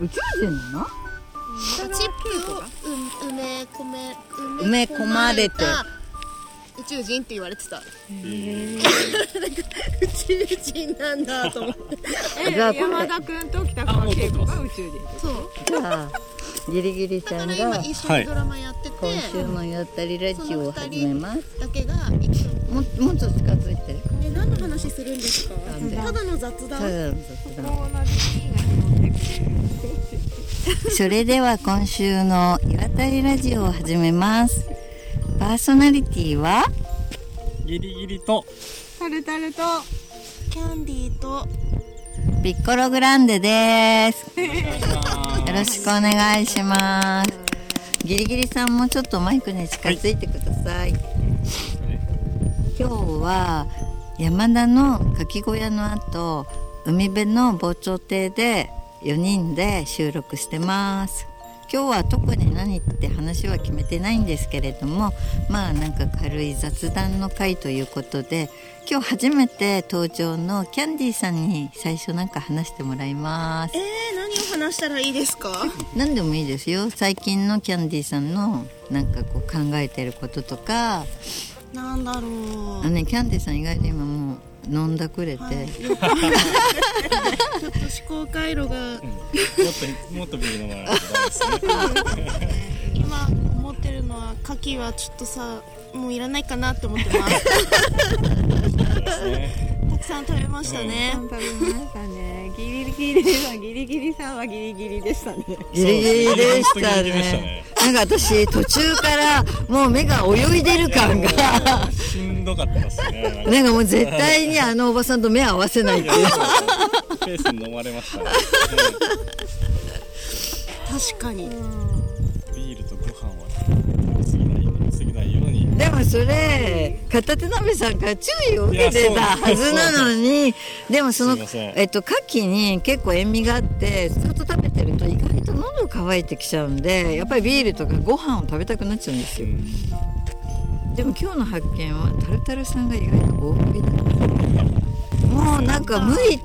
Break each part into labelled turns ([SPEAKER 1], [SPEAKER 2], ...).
[SPEAKER 1] 宇宙人なの
[SPEAKER 2] チップをう埋め込め
[SPEAKER 3] 埋め込まれて
[SPEAKER 2] た宇宙人って言われてた宇宙人なんだと思って
[SPEAKER 1] じゃあ
[SPEAKER 4] え山田君と北川景子が宇宙人
[SPEAKER 2] そう
[SPEAKER 3] じゃあギリギリ
[SPEAKER 2] だ
[SPEAKER 3] ち
[SPEAKER 2] か
[SPEAKER 3] ゃん
[SPEAKER 2] ら今
[SPEAKER 3] が
[SPEAKER 2] 一緒にドラマやってて、
[SPEAKER 3] 今週のやったりラジオを始めます
[SPEAKER 2] だけが一緒
[SPEAKER 3] ももうちょっと近づいてる
[SPEAKER 2] え何の話するんですかただの雑
[SPEAKER 3] ただの雑談
[SPEAKER 4] 同じいいな
[SPEAKER 3] それでは今週の「岩谷ラジオ」を始めますパーソナリティは
[SPEAKER 5] ギリギリと
[SPEAKER 4] タルタルと
[SPEAKER 2] キャンディーと
[SPEAKER 3] ピッコログランデです
[SPEAKER 5] あ
[SPEAKER 3] よろしくお願いしますギリギリさんもちょっとマイクに近づいてください、今日は山田の牡蠣小屋の後海辺の防潮堤で4人で収録してます今日は特に何って話は決めてないんですけれどもまあなんか軽い雑談の回ということで今日初めて登場のキャンディーさんに最初なんか話してもらいます
[SPEAKER 2] えー、何を話したらいいですか
[SPEAKER 3] 何でもいいですよ最近のキャンディーさんのなんかこう考えてることとか
[SPEAKER 2] なんだろ
[SPEAKER 3] あのねキャンディーさん意外と今もう飲んだくれて、
[SPEAKER 2] うちょっと思考回路が
[SPEAKER 5] もっともっとビール飲まないとダメですね
[SPEAKER 2] 今思ってるのは牡蠣はちょっとさもういらないかなって思ってますたくさん食べました ね、
[SPEAKER 4] 食べましたねギリギリさんギリギリさんはギリギリでしたね
[SPEAKER 3] ギリギリでした
[SPEAKER 5] ギリギリでした
[SPEAKER 3] ね
[SPEAKER 5] ね。
[SPEAKER 3] なんか私途中からもう目が泳いでる感が、
[SPEAKER 5] しんどかったですね
[SPEAKER 3] なんかもう絶対にあのおばさんと目合わせないっていう。
[SPEAKER 5] ペースに飲まれましたね
[SPEAKER 2] 確かに
[SPEAKER 5] ビールとご飯は飲みすぎない飲みすぎないように
[SPEAKER 3] でもそれ片手鍋さんから注意を受けてたはずなの にでもその
[SPEAKER 5] すいません
[SPEAKER 3] えっと牡蠣に結構塩味があってずっと食べてると意外と喉乾いてきちゃうんでやっぱりビールとかご飯を食べたくなっちゃうんですよでも今日の発見はタルタルさんが意外と豪快だもうなんか向い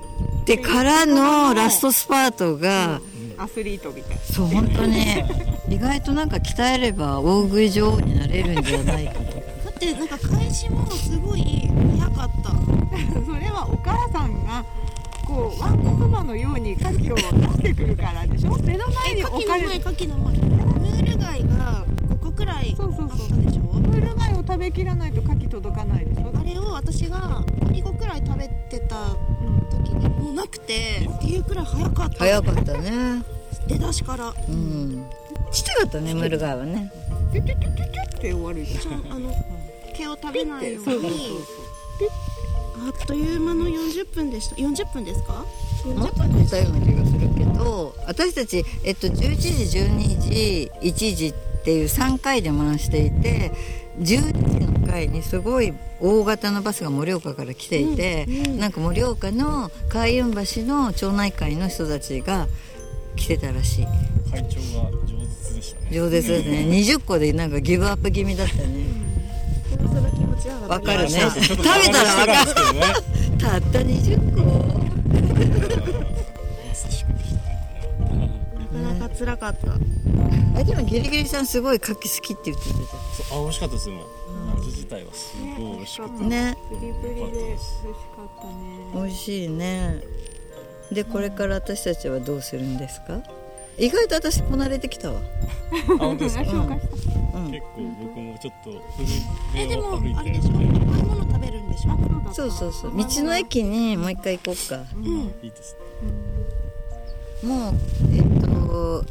[SPEAKER 3] てからのラストスパートが
[SPEAKER 4] アスリートみたい
[SPEAKER 3] そう本当に 意外となんか鍛えれば大食い女王になれるんじゃないかと。
[SPEAKER 2] だってなんか開始もすごい早かった
[SPEAKER 4] それはお母さんがこうわんこそばのように牡蠣を出してくるからでしょ目の前
[SPEAKER 2] え
[SPEAKER 4] に
[SPEAKER 2] 牡
[SPEAKER 4] 置
[SPEAKER 2] 蠣
[SPEAKER 4] かれ
[SPEAKER 2] の前
[SPEAKER 4] る
[SPEAKER 2] 牡蠣の前ムール貝が5個くらいあ
[SPEAKER 4] そうそうそう
[SPEAKER 2] ったでしょ
[SPEAKER 4] ムール貝を食べきらないと牡蠣届かないでしょ
[SPEAKER 2] あれを私が2個くらい食べてた時にもうなくてっていうくらい早かった
[SPEAKER 3] 早かったね。
[SPEAKER 2] 出だしから
[SPEAKER 3] うん。ちっちゃかったね、ムルガイはね。
[SPEAKER 4] キュキュキュキュキュって終わるじゃん
[SPEAKER 2] ちゃんあの毛を食べないよう
[SPEAKER 4] そうそうそう
[SPEAKER 2] にあっという間の40分でした40分ですか
[SPEAKER 3] もっと寝たような気がするけど、私たち、えっと、11時、12時、1時っていう3回で回していて、12時の回にすごい大型のバスが盛岡から来ていて、なんか盛岡の開運橋の町内会の人たちが来てたらしい。
[SPEAKER 5] 会長が上手でしたね
[SPEAKER 3] 上手ですね。20個でなんかギブアップ気味だったね。
[SPEAKER 2] でもその気持ちは
[SPEAKER 3] わ
[SPEAKER 2] 分
[SPEAKER 3] かるね。
[SPEAKER 5] いや
[SPEAKER 3] 食べたらわかる。たった20個。
[SPEAKER 2] なかなか辛かった
[SPEAKER 3] あでもギリギリさんすごい牡蠣好きって言って
[SPEAKER 5] そうあ美味しかったですもう味自体はすごい美味しかった
[SPEAKER 3] たね
[SPEAKER 4] プリプリで美味しかったね
[SPEAKER 3] 美味しいねでこれから私たちはどうするんですか意外と私こなれてきたわ
[SPEAKER 5] あ本当ですか結
[SPEAKER 4] 紹介した
[SPEAKER 5] 構僕もちょっと
[SPEAKER 2] え
[SPEAKER 5] 古
[SPEAKER 2] で
[SPEAKER 5] い
[SPEAKER 2] も
[SPEAKER 5] を歩い
[SPEAKER 2] あれで
[SPEAKER 5] て
[SPEAKER 2] しょ甘いもの食べるんでしょ
[SPEAKER 3] そうそうそう道の駅にもう一回行こうか
[SPEAKER 5] いいですね
[SPEAKER 3] もうえっと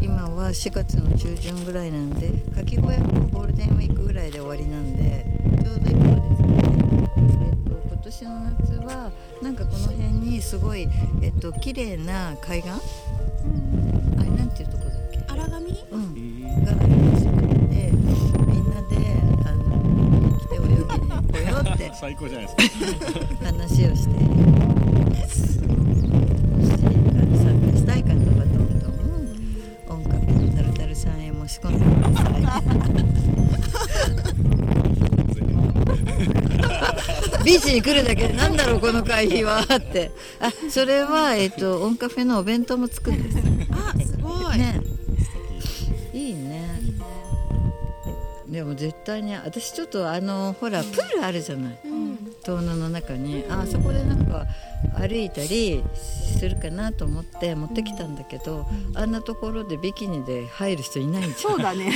[SPEAKER 3] 今は4月の中旬ぐらいなんでかき小屋もゴールデンウィークぐらいで終わりなんでちょうどいい頃ですねえっと今年の夏はなんかこの辺にすごいえっと綺麗な海岸あれなんていうとこだっけ
[SPEAKER 2] 荒髪
[SPEAKER 3] うん
[SPEAKER 5] うん
[SPEAKER 3] がありますのでみんなであの来て泳ぎに行こうよって
[SPEAKER 5] 最高じゃないですか
[SPEAKER 3] 話をしているもし参加したい方はどんどん音楽のタルタルさんへ申し込んでくださいビーチに来るだけでなんだろうこの会費はってあそれは、えっと、音カフェのお弁当も作るんです
[SPEAKER 2] あごい、
[SPEAKER 3] ね
[SPEAKER 5] 素敵
[SPEAKER 3] いいね
[SPEAKER 2] いいね
[SPEAKER 3] でも絶対ね私ちょっとあのほらプールあるじゃない
[SPEAKER 2] うん
[SPEAKER 3] 遠野の中にあそこでなんか歩いたりするかなと思って持ってきたんだけどあんなところでビキニで入る人いないんじゃ
[SPEAKER 4] そ
[SPEAKER 3] ん
[SPEAKER 4] うだ ね。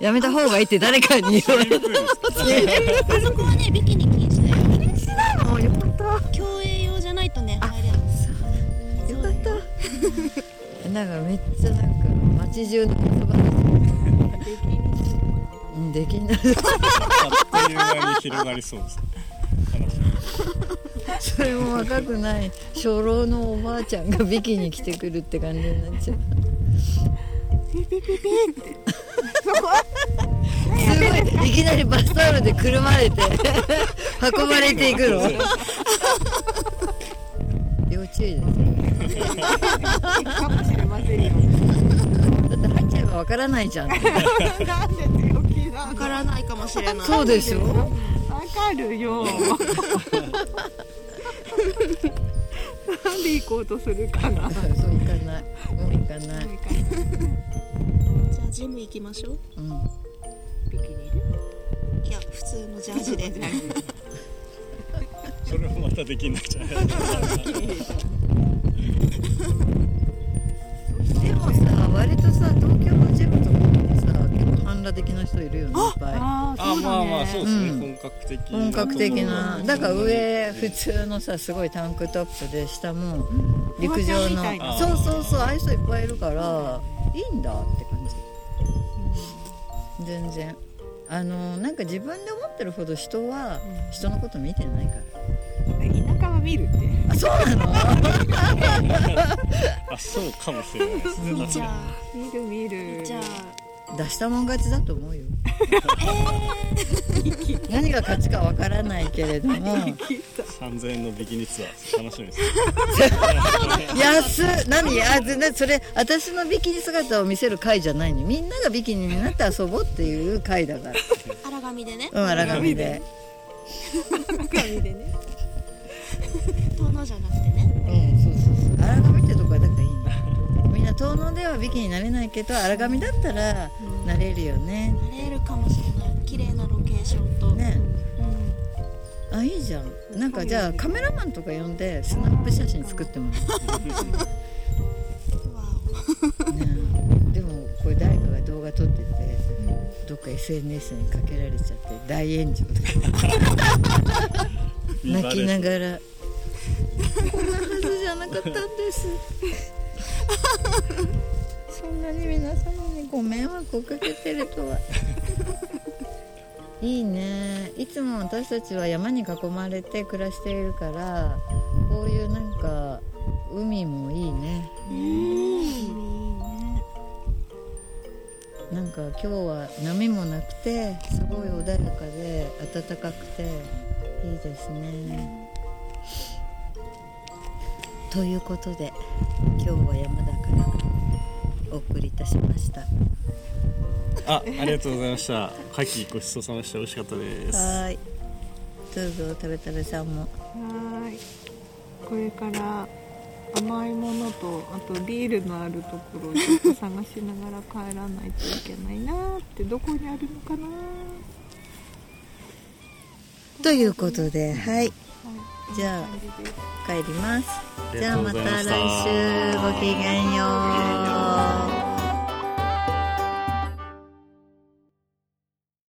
[SPEAKER 3] やめた方がいいって誰かに言われた
[SPEAKER 2] あそこはねビキニ禁止だよ
[SPEAKER 4] 禁止なのよかった。
[SPEAKER 2] 競泳用じゃないとね入れない
[SPEAKER 3] よかった。なんかめっちゃなんか街中の言葉うんできない。
[SPEAKER 5] あっという間に広がりそうです話
[SPEAKER 3] それも若くない初老のおばあちゃんがビキに来てくるって感じになっちゃう。
[SPEAKER 4] ピピピピって。そこは
[SPEAKER 3] すごいいきなりバスタオルでくるまれて運ばれていくの。要注意ですよ。
[SPEAKER 4] かもしれませんよ。
[SPEAKER 3] だって入っちゃえばわからないじゃん。
[SPEAKER 4] なんで強気な
[SPEAKER 2] わ
[SPEAKER 4] の。
[SPEAKER 2] からないかもしれない
[SPEAKER 3] そうですよ。
[SPEAKER 4] わかるよ。なんで行こうとするかな。
[SPEAKER 3] そういかない。もういかない。
[SPEAKER 2] じゃあジム行きましょう
[SPEAKER 3] うん。
[SPEAKER 2] いや普通のジャージで
[SPEAKER 5] それはまたできないじゃない
[SPEAKER 3] でもさ割とさ東京のジムとかってさ結構半裸的な人いるよねいっぱい。
[SPEAKER 4] ああ、
[SPEAKER 5] あ
[SPEAKER 4] そう
[SPEAKER 5] ま
[SPEAKER 4] だ
[SPEAKER 5] あまあそう
[SPEAKER 4] ね。
[SPEAKER 5] ですね、
[SPEAKER 3] うん
[SPEAKER 5] 本格的
[SPEAKER 3] 本格的なだから上普
[SPEAKER 5] 通
[SPEAKER 3] 通のさすごいタンクトップで下も陸
[SPEAKER 4] フワ
[SPEAKER 3] 上
[SPEAKER 4] ちゃんみ
[SPEAKER 3] の
[SPEAKER 4] たいな
[SPEAKER 3] そうそうそうああいう人いっぱいいるからいいんだって感じ全然あのなんか自分で思ってるほど人は
[SPEAKER 4] う
[SPEAKER 3] 人のこと見てないから
[SPEAKER 4] 田舎は見るって。
[SPEAKER 3] あそうなの
[SPEAKER 5] あそうかもしれないですね
[SPEAKER 2] じゃあ
[SPEAKER 4] 見る見る。
[SPEAKER 2] じゃあ
[SPEAKER 3] 出したもん勝ちだと思 うよ 何が勝ちかわからないけれども
[SPEAKER 5] 3000円のビキニツアー楽しみですね
[SPEAKER 3] 安っ何あ全然それ私のビキニ姿を見せる回じゃないのみんながビキニになって遊ぼうっていう回だから
[SPEAKER 2] 荒髪でね
[SPEAKER 3] うん、荒紙で。
[SPEAKER 2] 遠野じゃなくてね
[SPEAKER 3] うん、そうそうそう。荒紙ってとこはだからいいね。みんな遠野ではビキになれないけど、荒紙だったらなれるよね。
[SPEAKER 2] なれるかもしれない綺麗なロケーションと、
[SPEAKER 3] ね。
[SPEAKER 2] うん
[SPEAKER 3] あ、いいじゃん。なんかじゃあカメラマンとか呼んでスナップ写真作ってもら
[SPEAKER 2] わ
[SPEAKER 3] う。ね。でもこれ誰かが動画撮ってて、どっか SNS にかけられちゃって大炎上とか泣きな
[SPEAKER 5] が
[SPEAKER 3] がら。こんなはずじゃなかったんです。そんなに皆様にご迷惑をかけてるとは。いいね。いつも私たちは山に囲まれて暮らしているから、こういうなんか海もいいね。なんか今日は波もなくてすごい穏やかで暖かくていいですね。ということで今日は山だからお送りいたしました。は
[SPEAKER 5] あありがとうございました牡蠣ごちそうさまでした美味しかったです
[SPEAKER 3] ーい。どうぞ食べ食べさんも。
[SPEAKER 4] はーい。これから甘いものとあとビールのあるところをちょっと探しながら帰らないといけないなーってどこにあるのかな
[SPEAKER 3] ということではいじゃあ
[SPEAKER 4] ーって感じです。
[SPEAKER 3] 帰ります。
[SPEAKER 5] あり
[SPEAKER 3] じゃあ
[SPEAKER 5] がとうご
[SPEAKER 3] ま
[SPEAKER 5] ざ
[SPEAKER 3] た来
[SPEAKER 5] いました
[SPEAKER 3] 週ごきげんよう。